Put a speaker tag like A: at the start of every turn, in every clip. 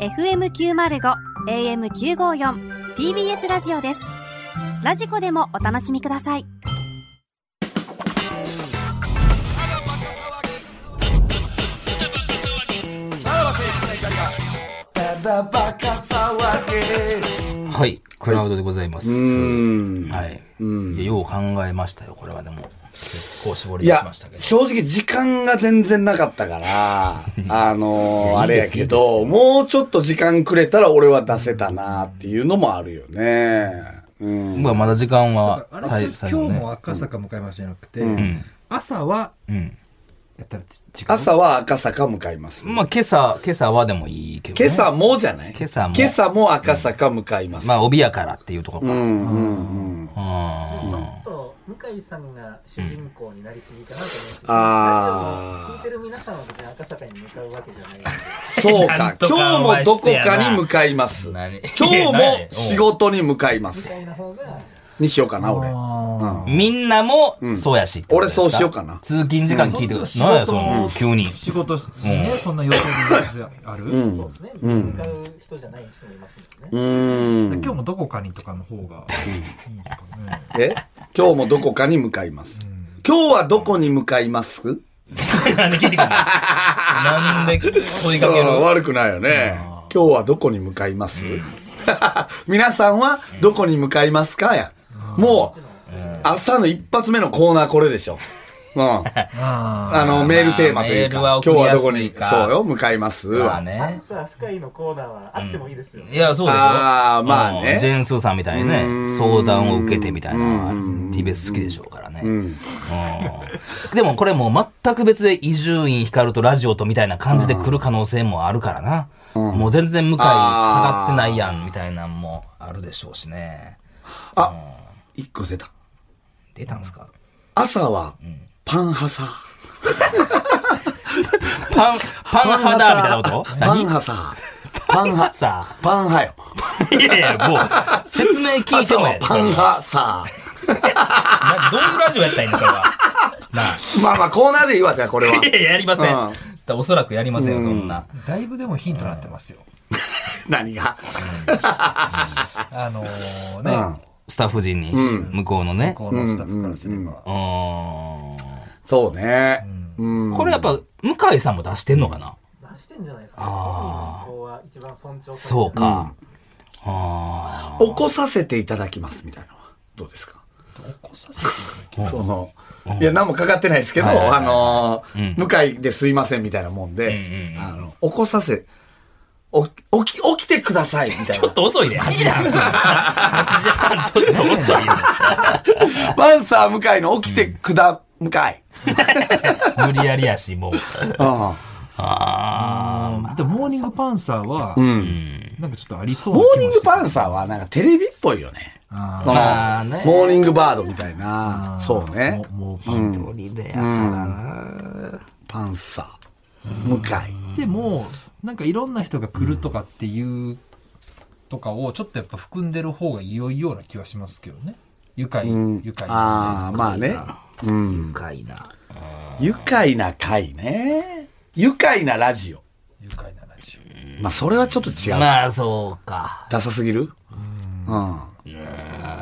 A: FM905 AM954 TBS ラジオですラジコでもお楽しみください
B: はい、クラウドでございます。
C: うん
B: はい。
C: うん
B: いやよう考えましたよ、これはでも。結構絞り
C: い
B: 出し
C: や
B: ましたけ、ど。
C: 正直時間が全然なかった から、あのーあ
B: いい
C: れ
B: で
C: や
B: す
C: けど、もうちょっと時間くれたら俺は出せたなっていうのもあるよね。うん。
B: まあ、まだ時間は、
D: あれ、
B: さい
D: 今
B: 最
D: 日
B: 後ね。
D: も赤坂向かいましたじゃなくて、
B: ん
D: 朝は、
B: うん。
D: やったら時間
C: 朝は赤坂向かいます。
B: まあ、今朝、今朝はでもいいけど、ね。
C: 今朝もじゃない
B: 今朝も
C: 今朝も赤坂向かいます。
B: まあ、帯やからっていうところか。うん。
C: うんうんうん。
E: ちょっと向井さんが主人公になりすぎかなと思いますけど、
C: あー
E: 聞いてる皆さんは別に赤坂に向かうわけじゃないんで
C: そう
B: な
C: か
B: ん。とか
C: 今
B: お
C: 日も
B: 前
C: ど
B: して
C: こ
B: やな
C: かに向かいます。今
B: 何
C: 日も仕事に向かいま
E: み
C: す。
E: たいな方が
C: にしようかな、俺。
D: あ
B: みんなも、そうやしってことですか、
C: 俺そうしようかな
B: 通勤時間聞いてください。何や、その、急 に。
D: 仕事してね、そんな予定である、
E: そうですね、向かう人じゃない人もいますもんね。
C: うーん。
D: 今日もどこかにとかの方がいいんですかね。
C: え今日もどこかに向かいます。今日はどこに向かいます
B: なんで聞いてくるのなんで問いかける
C: 悪くないよね。今日はどこに向かいます 皆さんはどこに向かいますかや。もう、朝の一発目のコーナーこれでしょ。うん。
D: あ
C: あの、メールテーマというか、
B: まあメ
C: 今
B: ールは
C: 日
B: 送り
C: は
B: や
C: ど
B: す
C: こ
B: い
C: に、
B: か
C: そうよ、向かいます
B: まあ
C: わ。
B: ね。
E: さあ、深いのコーナーはあってもいいですよ。
B: いや、そうでしょ。
C: あーまあね
B: うんジェーン・スーさんみたいにね、相談を受けてみたいな、TBS 好きでしょうからね。うんでもこれもう全く別で伊集院光とラジオとみたいな感じで来る可能性もあるからな。もう全然向かいかかってないやんみたいなんもあるでしょうしね。
C: 一個出た。
B: 出たんすか
C: 朝は、パン派さ。
B: パン、 パン派だみたいなこと
C: パン派さ。パン派
B: さ
C: さ。パン派よ。
B: いやいや、もう、説明聞いて
C: 朝
B: も
C: は
B: や。
C: パン派さ。
B: などういうラジオやったらいいんですかなあ。
C: まあまあ、コーナーでいいわ、じゃあ、これは。
B: いやいや、やりません。
C: うん
B: だおそらくやりませんよ、そんな。
D: あ、だいぶでもヒントになってますよ。
C: 何が。
D: あのーね、
B: スタッフ陣に、向こうのね。
D: このスタッフからすれば。
B: うーん
C: そうね。うん。
B: これやっぱ、向井さんも出してんのかな
E: 出してんじゃないですか。本人の意向は一番尊重され
B: そ
E: る
B: うか。あ
C: 起こさせていただきます、みたいなのは。どうですかその、いや、何もかかってないですけど、
B: はいはいはい
C: あのー、向井ですいませんみたいなもんで、あの、起こさせ、お起き、起きてくださいみたいな。
B: ちょっと遅いで、8時半。8時半、ちょっと遅い
C: パンサー向井の起きてくだ、向井。
B: で。無理やりやし、もう。
C: うん
B: あ
D: あでもモーニングパンサーは、なんかちょっとありそうな
C: モ
D: 気
C: ーニングパンサーはなんかテレビっぽいよね。
D: あ
C: その、
B: まあね
C: モーニングバードみたいな。そう
D: ー
C: ね
D: も。もうパンと。
B: ー。無理だよ、な。
C: パンサー。向井。
D: でも、なんかいろんな人が来るとかっていう、とかをちょっとやっぱ含んでる方が良いような気はしますけどね。愉快、愉快
C: ああ、
D: ね
C: まあね。うん。
B: 向井な。
C: 愉快な会ね。愉快なラジオ。
D: 愉快なラジオ。
C: まあそれはちょっと違う。
B: まあ、そうか。
C: ダサすぎるうん。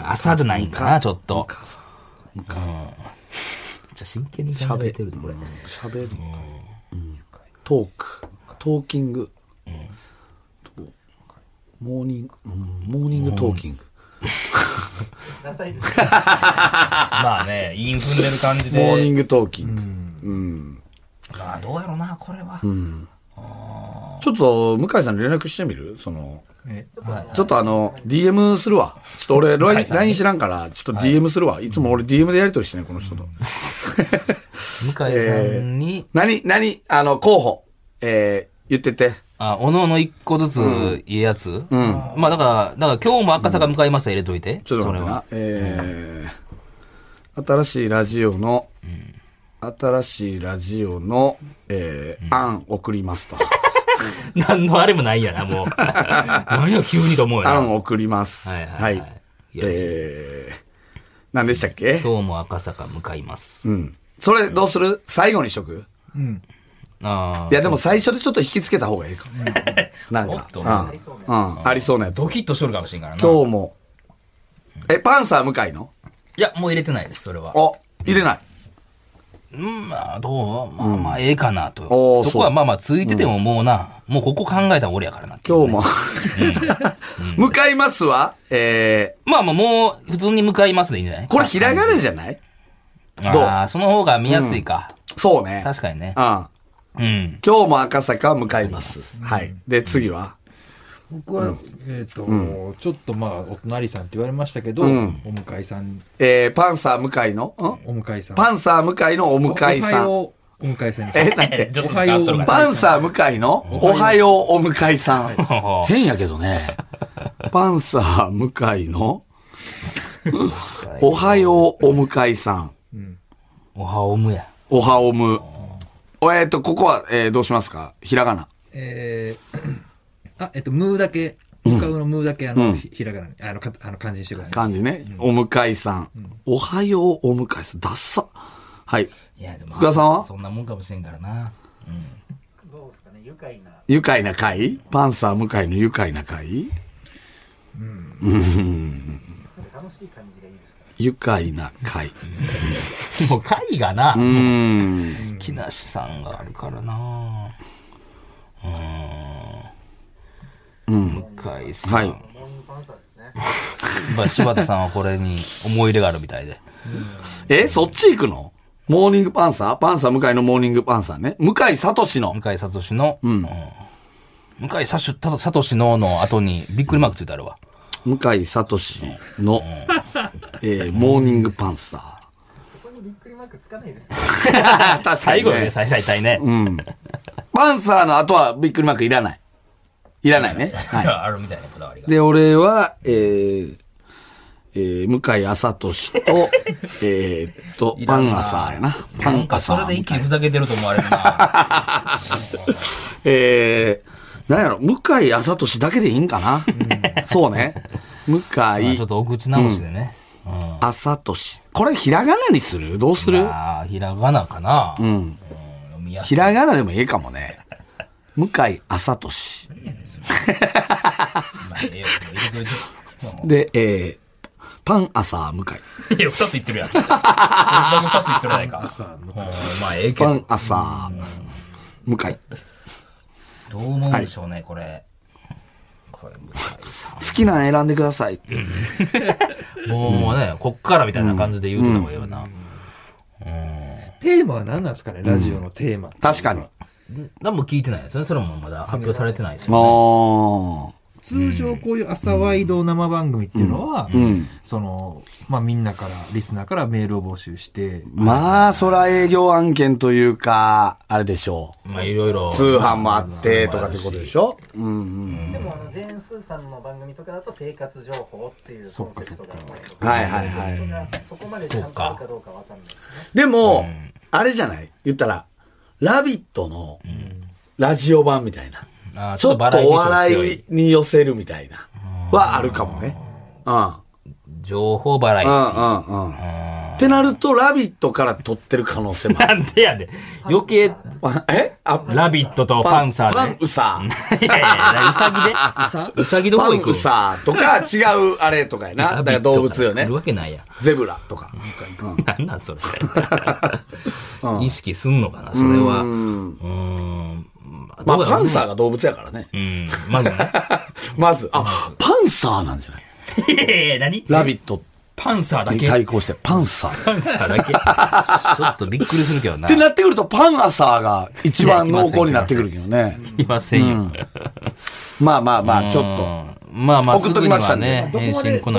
B: 朝じゃないんかな、ちょっと。
C: さ
B: じゃあ真剣に考えてるで、これ。
C: 喋るのかトーク。トーキング。とモーニング、うんモーニングトーキング。
E: ダサいですね。
B: まあね、イン踏んでる感じ
C: モーニ
B: で。
C: ングトーキング。
B: まあ、どうやろうな、これは。
C: ちょっと、向井さん連絡してみるその、
D: え
C: ちょっとあの、DM するわ。ちょっと俺、LINE
B: さんに
C: LINE 知らんから、ちょっと DM するわ。いつも俺 DM でやりとりしてね、この人と。
B: 向井さんに、
C: 何、何、あの、候補、えー、言ってて。
B: あ、おのおの一個ずつ言うやつ、まあだから、だから今日も赤坂向かいました入れといて。
C: ちょっと
B: そ
C: 待
B: れ
C: ってな
B: は。。
C: えー、新しいラジオの、新しいラジオの、えー、案送りますと。
B: 何のあれもないやな、もう。 何や、急にと思うよな。
C: 案送ります。
B: はいはい
C: は
B: はいい。よろしい
C: えー、何でしたっけ
B: 今日も赤坂向かいます。
C: うん。それどうする最後にしとく
D: うん。
B: あ
C: いや、でも最初でちょっと引きつけた方がいいかも。 なん
B: お
C: か
B: っ。
C: う
B: と
C: ん。うん。ありそうなやつ。
B: ド
C: 今
B: キッとしとるかもしれんからな。
C: 日も。え、パンサー向かいの
B: いや、もう入れてないです、それは。
C: あ、入れない。
B: うん、まあ、どうまあまあ、ええかなと。
C: おー
B: そこはまあまあ、ついててももうな、もうここ考えたら俺やからな。
C: 今日も。向かいますは、え
B: まあまあ、もう、普通に向かいますでいいんじゃない
C: ー、これひらがなじゃないどう
B: ああ、その方が見やすいか。
C: そうね。
B: 確かにね
C: う。ん。
B: うん。
C: 今日も赤坂向かいます。はい。で、次は
D: 僕は、えっ、と、ちょっとまあ、お隣さんって言われましたけど、
C: うん
D: お向かいさん、
C: えー、パンサー向かいの、ん
D: お向かいさん。
C: パンサー向かいのお向かいさん。
D: おお向かいさんに。
C: え、なんて
B: ちょっと使っとるか
C: パンサー向かいのおはようお向かいさん。
B: ら。ほうほう
C: 変やけど ね。パンサー向かいのおはようお向かいさん。
B: おはおむや。
C: おはおむ。えっと、ここは、えーどうしますかひらがな。
D: えーあ、えっと、ムーだけ、向かうのムーだけ、あの、ひひらがなに、あの、かあの漢字にしてください。
C: 漢字ね。お向かいさん。おはようお向かいさん。ダッサ。はい。
B: いや、でも
C: 福田さんは
B: そんなもんかもしれんからな。
E: どうですかね、愉快な。
C: 愉快な会パンサー向かいの愉快な会
E: 楽しい感じがいいですか
C: 愉快な会。
B: もう会がな、
C: うーん。
B: 木梨さんがあるからな。うん。向井さ
C: は
B: ん。
C: い。
E: ら。モーニングパンサーですね。
B: まあ柴田さんはこれに思い入れがあるみたいで。
C: え、そっち行くのモーニングパンサーパンサー向かいのモーニングパンサーね。向井聡の。
B: 向井聡の、うん向井さしささとしのの後にびっくりマークついてあるわ。
C: 向井聡の、えーモーニングパンサ
E: そこにびっくりマークつかないですけど、
C: ー。 確
B: 最後よね、最大体ね。
C: パンサーの後はびっくりマークいらない。いらないね。はい。
B: あるみたいなこだわりが。
C: で、俺は、えー、えー、向井朝俊と、 えーっと
B: い、ら
C: パ
B: んな
C: ンアサーやな。パンアサ
B: それ
C: ー
B: で一
C: 向
B: 気に
C: 井。
B: ふざけてると思われるな。
C: えー、なんやろ、向井朝俊だけでいいんかな。そうね。向
B: まあ
C: 井
B: ちょっとお口直しでね。うん。
C: 朝俊。これひらがなにするどうする
B: ああ、ひらがなかな。うん。飲みやすい
C: ひらがなでもいいかもね。向井朝俊。
B: まあええよ入れといて
C: で、えー、パンアサー向井。
B: いや、二つ言ってるやん。二つ言ってるやないか。うんまあ、ええけ
C: パ
B: ど
C: ン。アサー向井。
B: どう思うんでしょうね、これ。これ、向井さ
C: 好きなの選んでくださいって。
B: ん。もうね、こっからみたいな感じで言うてた方がいいよな。
D: テーマは何なんですかね、ラジオのテーマ。
C: 確かに。
B: 何も聞いてないですね。それもまだ発表されてないですよね。
C: も
D: 通常こういう朝ワイド生番組っていうのは、
C: ん
D: その、まあみんなから、リスナーからメールを募集して、
C: う、まあ、そら営業案件というか、あれでしょ
B: まあ、いろいろ
C: う。。通販もあって、とかってことでしょうんうん。
E: でもあのジェーン・スーさんの番組とかだと生活情報っていうコンセプトが多いので
C: はいはいはい。
E: そこまでちゃんとあるかどうかわかんないですね。
C: でも、あれじゃない言ったら、ラビットのラジオ版みたいな。
B: あー
C: ちょっ
B: バ
C: と
B: ラエティ
C: お
B: ー色が強
C: 笑いに寄せるみたいな。はあるかもね。うん。
B: 情報バラエ
C: う
B: ティ
C: んうんうん。ってなると、ラビットから撮ってる可能性もあ
B: ー。なんでやねん。余計、
C: る。 えあ
B: ラビットとパンサ
C: パ
B: ー
C: ン
B: で。
C: ウ サー。
B: いやいや、ウサ ギで。ウサギど
C: パ
B: こ
C: ン
B: 行く
C: ウサーとか、違うあれとかやな。だから動物よ
B: い
C: ね
B: る。わけないやん。
C: ゼブラとか。
B: なんなん それ。意識すんのかな、それは。うーん。
C: まあ、パンサー
B: ー
C: が動物やからね。
B: うん。まず ね。
C: まず、あ、パンサーなんじゃない
B: いやいやいや、何
C: ラビット
B: パンサーだ
C: に
B: け。
C: 対抗して、パンサー。っ
B: パンサー だけ。ちょっとびっくりするけどな。
C: てなってくると、パンアサーが一番濃厚になってくるけどね。
B: いませんよ。
C: まあまあまあ、ちょっと。
B: うんまあまあ、
C: 送っときましたね
B: すぐにはね返信来ないでしょうか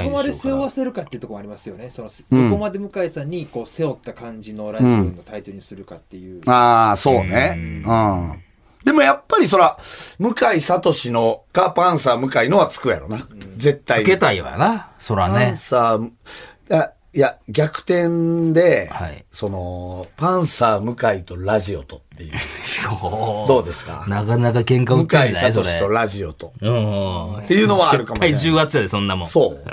B: ら。
D: せるかっていうところもありますよね。その、どこまで向井さんに、こう、背負った感じのラジオのタイトルにするかっていう。
C: ああ、そうね。うん。でもやっぱりそら、向井聡のかパンサー向井のはつくやろな。絶対
B: つ
C: に。
B: けたいわな、そら
C: パン
B: ね。
C: サー、あいや、逆転で、
B: はい
C: その、パンサー向井とラジオとっていう。
B: ど
C: どうですか
B: なかなか喧嘩
C: 向
B: 売ってん
C: 井
B: じゃないそれ
C: 聡。とラジオと。
B: うん。っ
C: っていうのはあるかもしれない。
B: 重圧やで、そんなもん。
C: そう。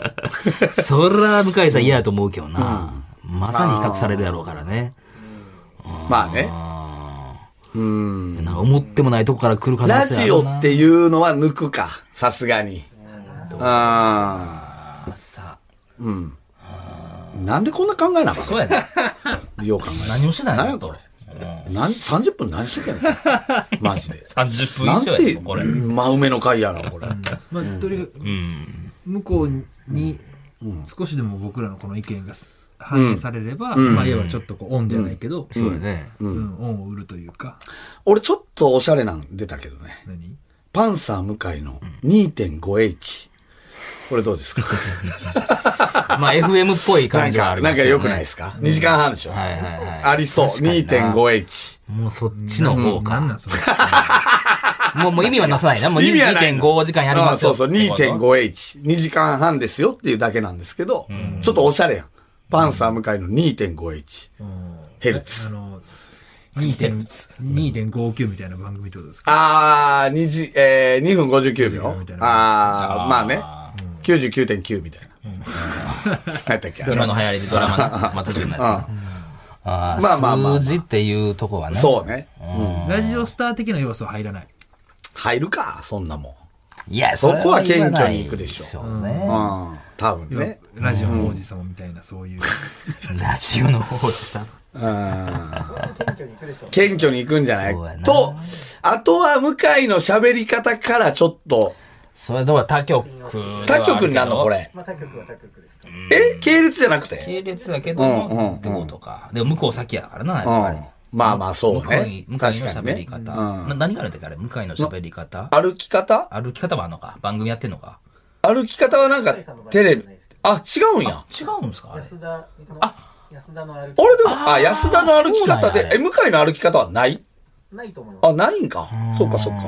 B: そら、向井さん嫌やと思うけどな。まさに比較されるやろうからね。
C: まあね。
B: なんか思ってもないとこから来る可能
C: ラ
B: 性あ
C: ジ
B: る
C: オ
B: な。
C: っていうのは抜くか。さすがに。あ
B: さ
C: あ。なんでこんな考えなあかっ
B: そうやね。
C: たよう考え
B: 何をしてたん
C: 何
B: や
C: や
B: と。
C: こ。なん30分何してんのマジで
B: 30分
C: な
B: 以
C: ん
B: 上や
C: て、
B: でこれ。
C: 真梅の回やな、これ。
D: まあ、とにかく、向こうに少しでも僕らのこの意見が反映されれば、まあ、いわばちょっとこう、オンじゃないけど、
B: そうやね。
D: うん、オンを売るというか、
C: 俺ちょっとおしゃれなん出たけどね。
D: 何
C: パンサー向井の 2.5H。これどうですか
B: まあ FM っぽ
C: な
B: い感
C: ん
B: じはあ
C: か、
B: り
C: な
B: ま
C: ん
B: す
C: か
B: けど
C: 良
B: ね
C: くないですか ?2 時間半でしょ
B: はいはいはい。
C: ありそう。2.5H。
B: もうそっちの方
D: な
B: か。
D: んなんそれ。
B: もうもう意味はなさないな。もう
C: 意味はないな
B: 2.5時間やり
C: ああ
B: ます
C: そ
B: よ。
C: うそう、。2.5H。2時間半ですよっていうだけなんですけど、ちょっとおしゃれやん。パンサー向井の 2.5H。ヘル
D: あ
C: ツ。
D: の、2.59みたいな番組ってことですか
C: あー、2時、えー、2分59秒
D: みたい。
C: あー、まあね。99.9みたいな。何やったっけあれ
B: 今の流行りでドラマの松潤のやつね。あ
C: まあまあまあま
B: あ、
C: あ
B: 数字っていうとこはね。
C: そうね。
D: ラジオスター的な要素は入らない。
C: 入るか、そんなもん。
B: いや、
C: そこは
B: れ言わない
C: 謙虚に行くでしょ
B: うね。
C: うん、多分ね。
D: ラジオの王子様みたいな、そういう。
B: ラジオの方でさ。
E: 謙虚に行くでしょう。
C: 謙虚に行くんじゃない
B: そうやな
C: と、あとは向井の喋り方からちょっと、
B: それでは他局。
C: 他局になるのこ。れ。
E: まあ、他局は他局ですから。
C: え系列じゃなくて
B: 系列だけど
C: うんうんうん
B: も、ってことか。でも向こう先やからな、やっ
C: うん
B: ぱり。。
C: まあまあそう
B: 向
C: ね
B: 井。向井の
C: 確かに
B: 喋り
C: ね。
B: 方。な何があるんだっけあれ向井の喋り方
C: 歩き方
B: 歩き方もあんのか番組やってんのか
C: 歩き方はなんかテレビ。あ、違うんや。
B: 違うんですかあれ
E: 安田、安田の歩
C: あ
E: き。
C: れでも、あ、安田の歩き方
B: そうなんや
C: で
B: あ、れ
C: え、向井の歩き方はない
E: ないと思います。
C: あ、ないんか。そうかそうか。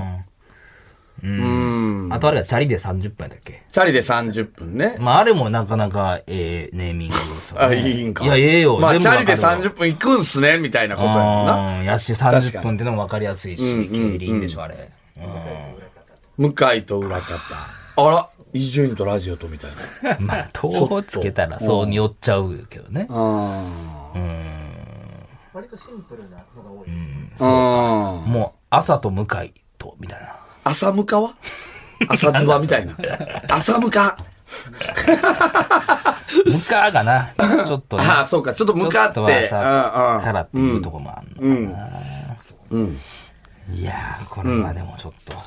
C: うーん。
B: あとあれがチャリで30分だっけ
C: チャリで30分ね。
B: まああれもなかなかええネーミングですよね。
C: あ、いいんか。
B: いや、ええよ。
C: まあ、
B: 全
C: チ
B: 部わ
C: ャ
B: か
C: リ
B: るわ
C: で30分行くんすね、みたいなことやもんな。
B: うん。やし30分ってのもわかりやすいし、競輪でしょ、あれ。
C: 向井と裏方。あら、伊集院とラジオとみたいな。
B: まあ、党をつけたらそうによっちゃうけどね。
C: あ
E: 割とシンプルなのが多いですよね。
C: あ。
B: もう、朝と向井と、みたいな。
C: 朝向かは朝ズバみたいな。 朝向か。
B: 向かが な、ちょっとね。
C: ああ、そうか。ちょっと向かっ
B: ち
C: て。
B: ょ
C: うん
B: っと朝か
C: う
B: らっていうとこもあるのかな。そういやー、これはでもちょっと、
C: ん。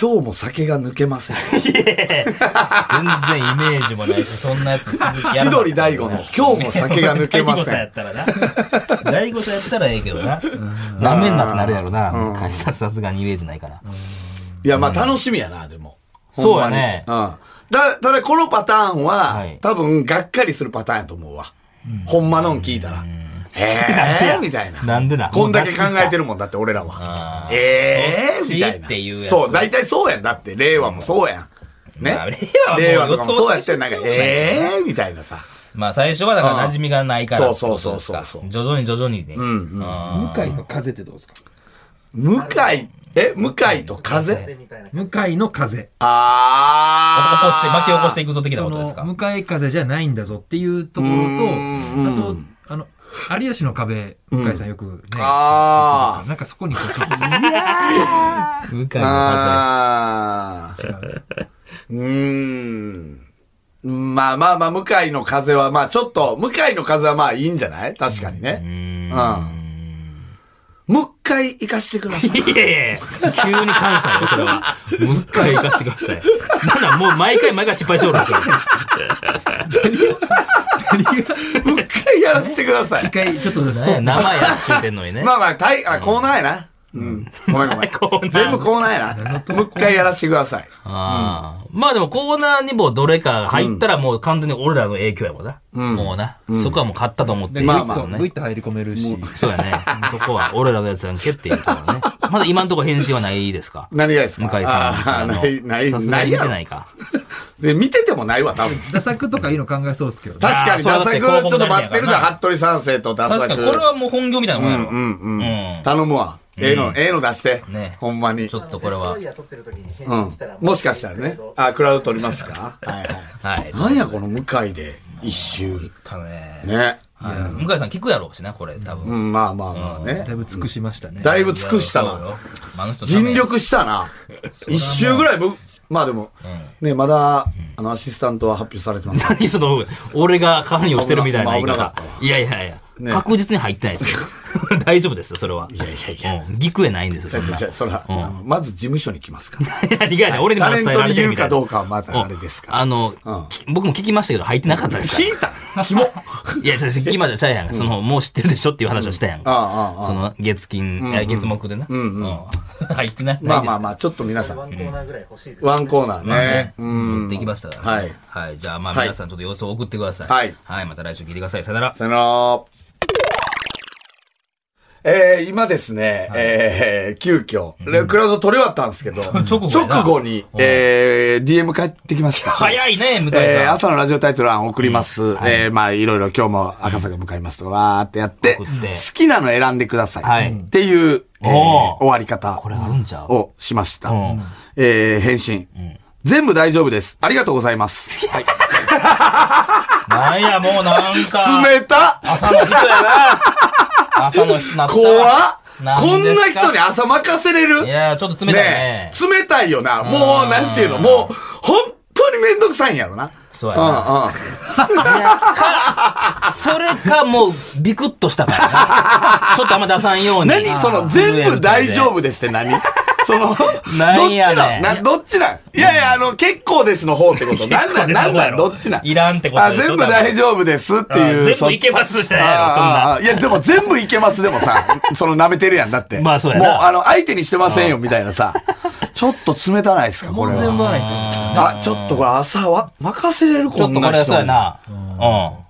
C: 今日も酒が抜けません。
B: 全然イメージもないし、そんなやつ続きやらなかった
C: 千鳥大悟の今日も酒が抜けま
B: 大悟さん
C: せ
B: や
C: ん
B: っ。たらな。大悟さんやったらええけどな。なめんなくなるやろな。改札さすがにイメージないから。
C: いや、まあ楽しみやな、でも。
B: そうやね
C: ほんまにうん。だ、ただこのパターンは、
B: はい
C: 多分、がっかりするパターンやと思うわ。ほんまのん聞いたら。ええー、みたいな。
B: なんでな
C: こんだけ考えてるもんだって、俺らは。ええ
B: そっ
C: ー、
B: ち
C: みたいな。
B: っていうやつ
C: そう、大体そうやん。だって、令和もそうやん。ね。
B: まあ令和はもう
C: 令和とかも
B: 予想し
C: そうやって、なんか、ええー、みたいなさ。
B: まあ最初はだから馴染みがないから。
C: うんそうそうそうそうそう
B: 徐々に徐々にね。うん
D: 向井の風ってどうですか
C: 向井、え、向井と風
E: で、みたいな。
D: 向井の風。
C: あー。
B: 起こして、巻き起こしていくぞ的な
D: そ
B: ことです
D: の、
B: か。
D: 向かい風じゃないんだぞっていうところと、あと、あの、有吉の壁、向井さんよくね、
C: あー。
D: なんかそこにこう、ちょっ
B: 向井の風。
C: ああ。 うーん。まあまあまあ、向井の風は、まあちょっと、向井の風はまあいいんじゃない確かにね。うん。もう一回行かしてください。
B: いやいやいや急に関西よ、それは。もう一回行かしてください。なんなん、もう毎回毎回失敗しようでしょ。
C: もう一回やらせてください
D: と一。回、ちょっとスト
B: ね
D: ッ
B: 名前やっちゅうてんのにね。
C: まあまあ、たいあコーナーやな。うん。ごめんごめん
B: コーナー。
C: 全部コーナーやな。もう一回やらせてください。
B: ああまあでもコーナーにもどれか入ったらもう完全に俺らの影響やもんな。もうな。そこはもう勝ったと思って
D: プ。
B: る。
C: まあ
D: グイッと
B: ね
D: グイッと入り込めるし、
B: そうやね。そこは俺らのやつやんけっていうところね。まだ今のところ返信はないですか
C: 何がです
B: 向
C: か
B: 井さんから
C: あー
B: の。
C: ない、ない、
B: さすが
C: な
B: に
C: い
B: 見
C: や
B: て
C: ろ
B: ないか。
C: で見ててもないわ、多分。
D: ダサくとかいうの考えそうですけどね。
C: 確かに、
B: そうだ
C: ダ
B: っ
C: サ
B: て
C: く、ち
B: 広
C: ょっ
B: 告
C: と
B: にな
C: 待
B: るや
C: っ
B: からな
C: てるのは、服部三世とダサく。
B: 確かにこれはもう本業みたいなもんやろ。
C: うんうん
B: うん
C: 頼むわ。ええの、ええの出して。
B: ね
C: ほんまに。
B: ちょっとこれは
E: イ。ヤ撮ってる時に返
C: う
E: 信
C: ん
E: 来たら。、
C: もしかしたらね。あ、クラウド取りますかはいはい。
B: はい。
C: なんやこの向井で一周。
B: たね。
C: ね。
B: 向井さん聞くやろうしな、これ、多分。
C: うん、まあまあまあね
D: だ。いぶ尽くしましたね。
C: だいぶ尽くした
B: そう
C: な
B: よ。あの人
C: 尽力したな。一周ぐらいぶ、まあでも、ね、まだ、あの、アシスタントは発表されてます。
B: 何その、俺が関与してるみたいな言い
C: 危な
B: 方
C: かっ。
B: いやいやいや、
C: ね
B: 確実に入ってな いですよ。大丈夫ですよ、それは。い
C: やいや
B: いや。ぎくえないんですよ、
C: じゃ
B: そんな
C: あじゃあそら、あのまず事務所に来ます から。
B: 何がやねん俺にも
C: タレン
B: 伝え
C: ト
B: ら
C: に
B: れてる
C: 言う
B: みた
C: か
B: いな
C: どうかはまたあれですから。
B: あの、
C: うん
B: き僕も聞きましたけど、入ってなかったですから
C: 聞。いたキモ
B: いや、じゃあ聞きました、ちゃうやんか。その、もう知ってるでしょっていう話をしたやんか。
C: ああああ
B: その、月金、いや月目でな。うん入ってない。
C: まあまあ
B: あ。
C: まあ、ちょっと皆さ
E: ワン
C: ん、
E: コーナーぐらい欲しいです。
C: ワンコーナーね。うん
B: 持ってきましたからね。はい。じゃあまあ
C: はい
B: 皆さんちょっと様子を送ってください。
C: はい
B: はい。また来週聞いてください。さよなら。
C: さよなら。えー、今ですね、えー、急遽、レクラウド取り終わったんですけど、
B: 直後やな
C: 直後に、えー、DM 返ってきました。
B: 早いね、向井さん。
C: えー、朝のラジオタイトル案送ります。えー、まあ、いろいろ今日も赤坂向かいますとか、わーってやって、
B: 送
C: 好
B: って
C: きなの選んでください。
B: はい
C: っていう、えー
B: おー
C: 終わり方
B: これあるんちゃう
C: をしました
B: うん。
C: えー、返信。全部大丈夫です。ありがとうございます。はい
B: なんや、もうなんか。
C: 冷た
B: 朝の人や な。朝の人なった
C: 怖っこ
B: 何
C: ん
B: です
C: な
B: か
C: 人に朝任せれる
B: いや、ちょっと冷たいね
C: ね。え冷たいよな。もう、なんていうの、もう、本当にめんどくさいんやろな。
B: そうや
C: うんう
B: な。
C: ん。
B: それか、もう、ビクッとしたから な。ちょっとあんま出さんように。
C: 何その、全部大丈夫ですって 何その、どっち
B: なんや
C: な
B: ね
C: ん
B: ん
C: などっちなんいやいや、あの、結構ですの方ってこと。なんなんなんなんどっちなん
B: いらんってこと
C: あ、
B: でしょ
C: 全部大丈夫ですって
B: あ
C: いう。
B: 全部いけますじゃないの、そん
C: あ
B: な。
C: ああいや、でも全部いけますでもさ、 その舐めてるやん、だって。
B: まあそうや
C: も
B: な
C: う、あの、相手にしてませんよ、みたいなさ。ちょっと冷たないですか、これ
D: 全部
C: は。
D: 笑いた
C: あ、ちょっとこれ朝は、任せれる、
B: ちょ
C: こ
B: っ
C: ん
B: とこ
C: な
B: れは
C: 人
B: そうや
C: に。
B: な。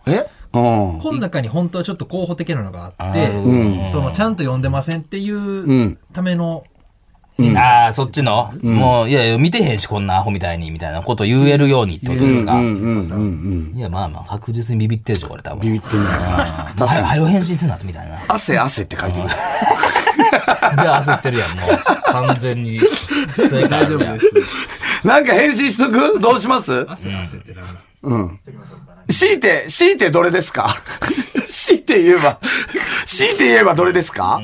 B: う
C: えうん。
D: この中に本当はちょっと候補的なのがあっ
B: あ
D: て、
B: ー
D: そのちゃんと読んでませんっていうんための、
B: ん。ああ、そっちのもう、いやいや、見てへんし、こんなアホみたいに、みたいなこと言えるようにってことですか
C: うんうんうんうん。
B: いや、まあまあ、確実にビビってるでしょ、これ多分。
C: ビビってんだよ
B: あ
C: な。
B: もう
C: 確
B: はよ、
C: か
B: は
C: に。
B: よ返信せな、みたいな。
C: 汗汗って書いてる。
B: じゃあ焦ってるやん、もう。完全に。正解
D: 大
B: や
D: 丈夫です。
C: なんか返信しとくどうします
D: 汗汗ってな。
C: 強いて、強いてどれですか 強いて言えば、強いて言えばどれですか、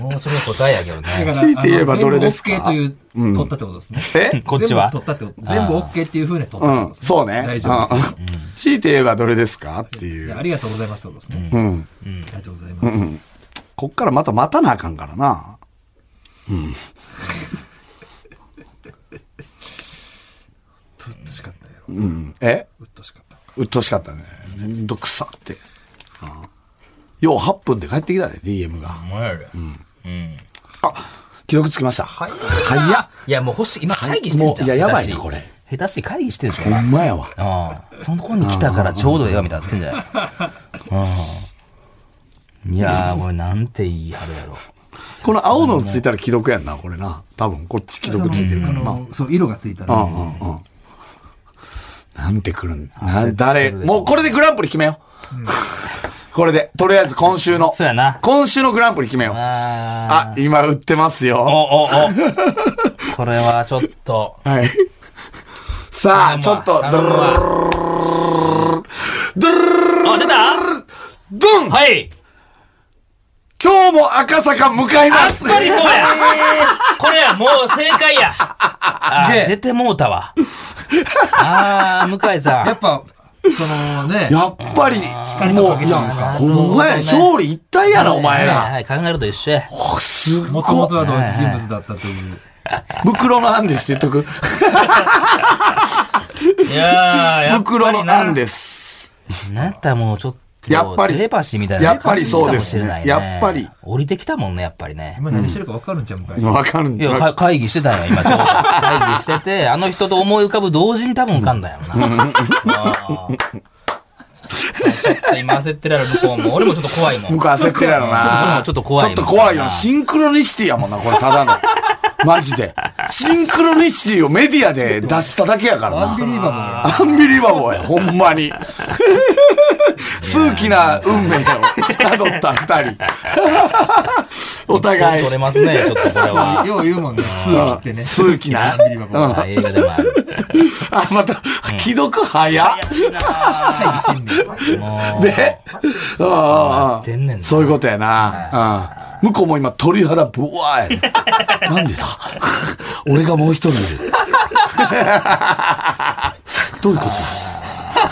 B: もうそれは答えやけど
D: だ
B: ね。
D: から
C: 強いて言えば
D: あの
C: どれですか
D: 全部 OK という、取ったってことですね。
C: え
B: こっちは
D: 全部取ったってこと。全部 OK っていう風に取ったって
C: う
D: こと
C: ん、
D: ですね。
C: そうね。
D: 大丈夫
C: う
D: で
C: ん
D: す。
C: 強いて言えばどれですかってい
D: であ
C: う。
D: りがとうございますってことですね。
C: うん。
D: ありがとうございます。
C: こっからまた待たなあかんからな。
D: うっとしかったよ。
C: うん。え
D: うっとしかった。
C: うっとうしかったね。めんどくさって。あよう8分で帰ってきたで、DM が。
B: もうやる。うん。
C: あ、既読つきました。はい。早っ。
B: いや、もう欲しい。今会議してんじゃん。
C: もういややばいな
B: 下手し
C: これ。
B: 下手し会議してるじゃ
C: ほ
B: ん。
C: んまやわ。
B: ああ。その子に来たからちょうどええわみたいになってんじ ゃないああ。いやー、これなんて言い張るやろ。
C: この青のついたら既読やんな、これな。多分、こっち既読ついてるから
D: そ
C: な。
D: のあのそう、色がついた
C: う
D: ら。
C: んうんうん。なんてくるん
B: 焦って
C: な
B: る
C: 誰
B: でしょ
C: もうこれでグランプリ決めよう。これで、とりあえず今週の
B: そう、やな。
C: 今週のグランプリ決めよう。
B: あ
C: あ、今売ってます
B: あ。
C: よ。
B: お、お、お。これはちょっと。
C: はい。さあ、
B: 頼むわ
C: ちょっと、ド
B: 頼
C: ゥル
B: むわ
C: ドゥルルル
B: あ、出た
C: ドン
B: はい。
C: 今日も赤坂向かいま
B: やっ
C: す
B: ぱりそうや。これや、もう正解や。あ
D: すげえ
B: 出てもうたわ。あー、向井さん。
D: やっぱ、そのね、
C: やっぱり、
D: 光と
C: もう、
D: 影
C: い
D: というか
C: や、ほんまや、
B: なるほどね
C: 表裏一体やな、お前
B: はい
C: ら。
B: はい、考えると一緒や。
C: あすっ
D: もともと
C: ごい。
D: は同一人物だったという。
C: 袋の案ですって言っとく。
B: いやー、やっぱ
C: 袋
B: り
C: の
B: な
C: 案。です。
B: なんやったらもうちょっと、
C: やっぱり
B: テレパシーみたいな。
C: やっぱりそうですね
B: テレパシーかもしれない
C: やっぱり。
B: 降りてきたもんね、やっぱりね。
D: 今何してるか分かるんちゃうんかい。
C: わかるん
B: いや、
C: だ。
B: か会議してたんや、今ちょうど。会議してて、あの人と思い浮かぶ同時に多分浮かんだよな。あーちょっと今焦ってるやろ、向こうも。俺もちょっと怖いもん。
C: 僕焦ってるやろな。
B: ちょっと怖い
C: ちょっと怖いよな。シンクロニシティやもんな、これ、ただの。マジで。シンクロニシティをメディアで出しただけやから
D: アンビ
C: な。
D: リーバ
C: アンビリバボーや、ほんまに。数奇な運命を辿った二人。お互い
B: 取。れますね、ちょっとこれ
D: ボー
B: は
D: も。。よう言うもんね。数奇ってね。
C: 数奇な
D: アンビリーバボー。
B: 映画でもある。
C: あ、また、既読早っ。で、うん
B: やってんねんな
C: そういうことやな。うん向こうも今鳥肌ぶわーやね なんでだ俺がもう一人いる。どういうこと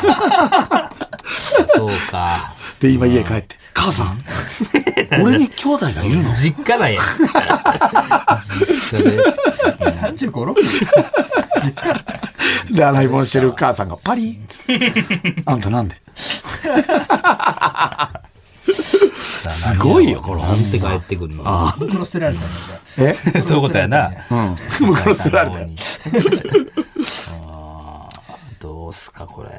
C: だ
B: そうか。
C: で、今家帰って。母さ ん、俺に兄弟がいるの
B: 実家なんや。実家で。
D: 35、6?
C: で、洗い物してる母さんがパリンってあんた なんですごいよ、これ。
B: なんて帰ってくるの
D: 袋捨てられたんだじゃ
C: え
B: そういうことやな。
C: 向こう捨てられたよ。
B: あーどうすか、これ。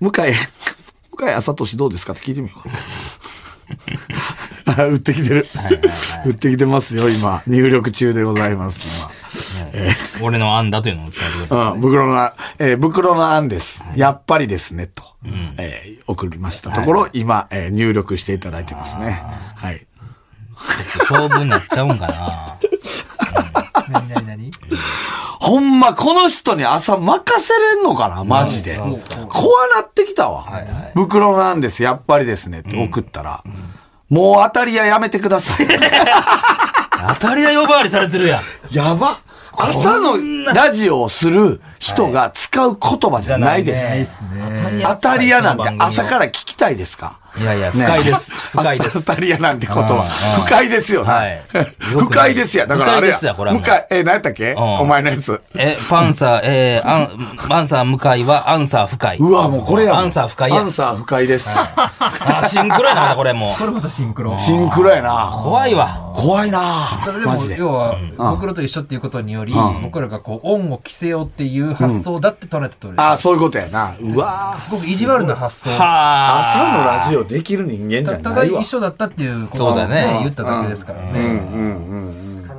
C: 向井、 向井朝俊どうですかって聞いてみようか。あ 売ってきてる。売ってきてますよ、今。入力中でございます、
B: 俺の案だというのを伝えてくれた
C: 今。うん、袋のあ、えー袋の案です。やっぱりですね、と、えー送りましたところ、今、えー入力していただいてますね。はい。
B: 長文になっちゃうんかな。
D: ん。何何
C: ほんま、この人に朝任せれんのかなマジで。
B: なん
C: 怖
B: すか
C: なってきたわ。袋なんです、やっぱりですね、って送ったら、もう当たり屋やめてください。
B: 当たり屋呼ばわりされてるやん。
C: やば朝のラジオをする人が使う言葉じゃない
B: じゃ
C: で
B: な
D: 何ないい
B: ね。
D: っすね。
C: す。当たり屋なんて朝からら聞きたいですか
B: いやいや、
C: ね
B: 不 快です。不快です。
C: 当たり屋なんて言葉
B: うん。うん
C: 不快ですよ
B: は
C: ね
B: い。
C: 不快ですや。だからあれや。
B: 不快ですやこれはもう
C: 不快え、何やったっけお前のやつ。
B: え、パンサー、えー、アン、パンサー向井はアンサー不快。
C: うわ、もうこれやもん。
B: アンサー不快や
C: アン。サー不快です。
B: あ、シンクロやな、これもう。
D: これまたシンクロ。
C: シンクロやな。
B: 怖いわ。
C: 怖いな
D: それでも
C: マジで。
D: 要は、袋と一緒っていうことにより、僕らがこう、恩を着せようっていう発想だって捉えたとおり
C: あ、そういうことやな。うわ
D: すごく意地悪な発
B: は
D: 想。
B: あ。
C: 朝のラジオできる人間じ
D: た
C: ゃ
D: た
C: な
D: だ
C: いわ
D: 一。緒だったっていうことを
B: そうだね
D: 言っただけですからね。
E: 考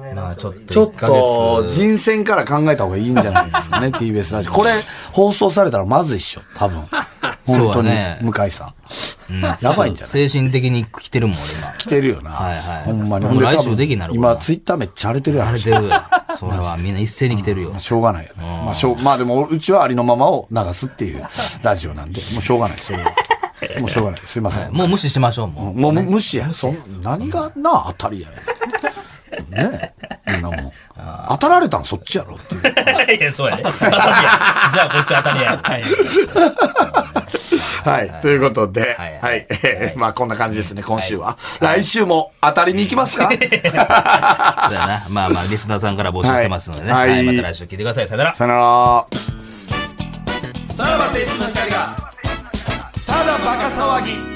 E: え
B: ま
E: 直
B: あ、
E: し
B: ち
E: た
B: ょっ
E: 方がいい
B: と。
C: ちょっと、人選から考えた方がいいんじゃないですか ね、TBS ラジオ。これ、放送されたらまずいっしょ、多分。本
B: そ
C: 当
B: う
C: に
B: だね、
C: 向井さん。やばいんじゃない
B: 精神的に来てるもん、俺
C: 来てるよな。
B: はいはい
C: ほんまに。
B: もう来
C: ほ
B: 週
C: ん多分
B: できんなる
C: 今、
B: 俺
C: ツイッターめっちゃ荒れてるや
B: 今。
C: ん
B: 慣。れてるわ。それはみんな一斉に来てるよ
C: まあ。しょうがないよね。まあ、しょう、まあでも、うちはありのままを流すっていうラジオなん で、もうしょうがない、それは。もうしょうがない。すいません。
B: もう無視しましょう、もう。
C: もう、無視や。そん何がな、当たりや。ねえ。みんなもう当たられたんそっちやろっていう。
B: いや、そうやね。じゃあ、こっち当たりや。
C: はい。ということで、はいい。
B: はい
C: えー まあ、こんな感じですね、今週は。来週も当たりに行きますか
B: そうやな。まあまあ、リスナーさんから募集してますのでね。は。
C: はいい
B: また来週聞いてください。さよな ら。
C: さよなら。さらば青春の光が、ただバカ騒ぎ。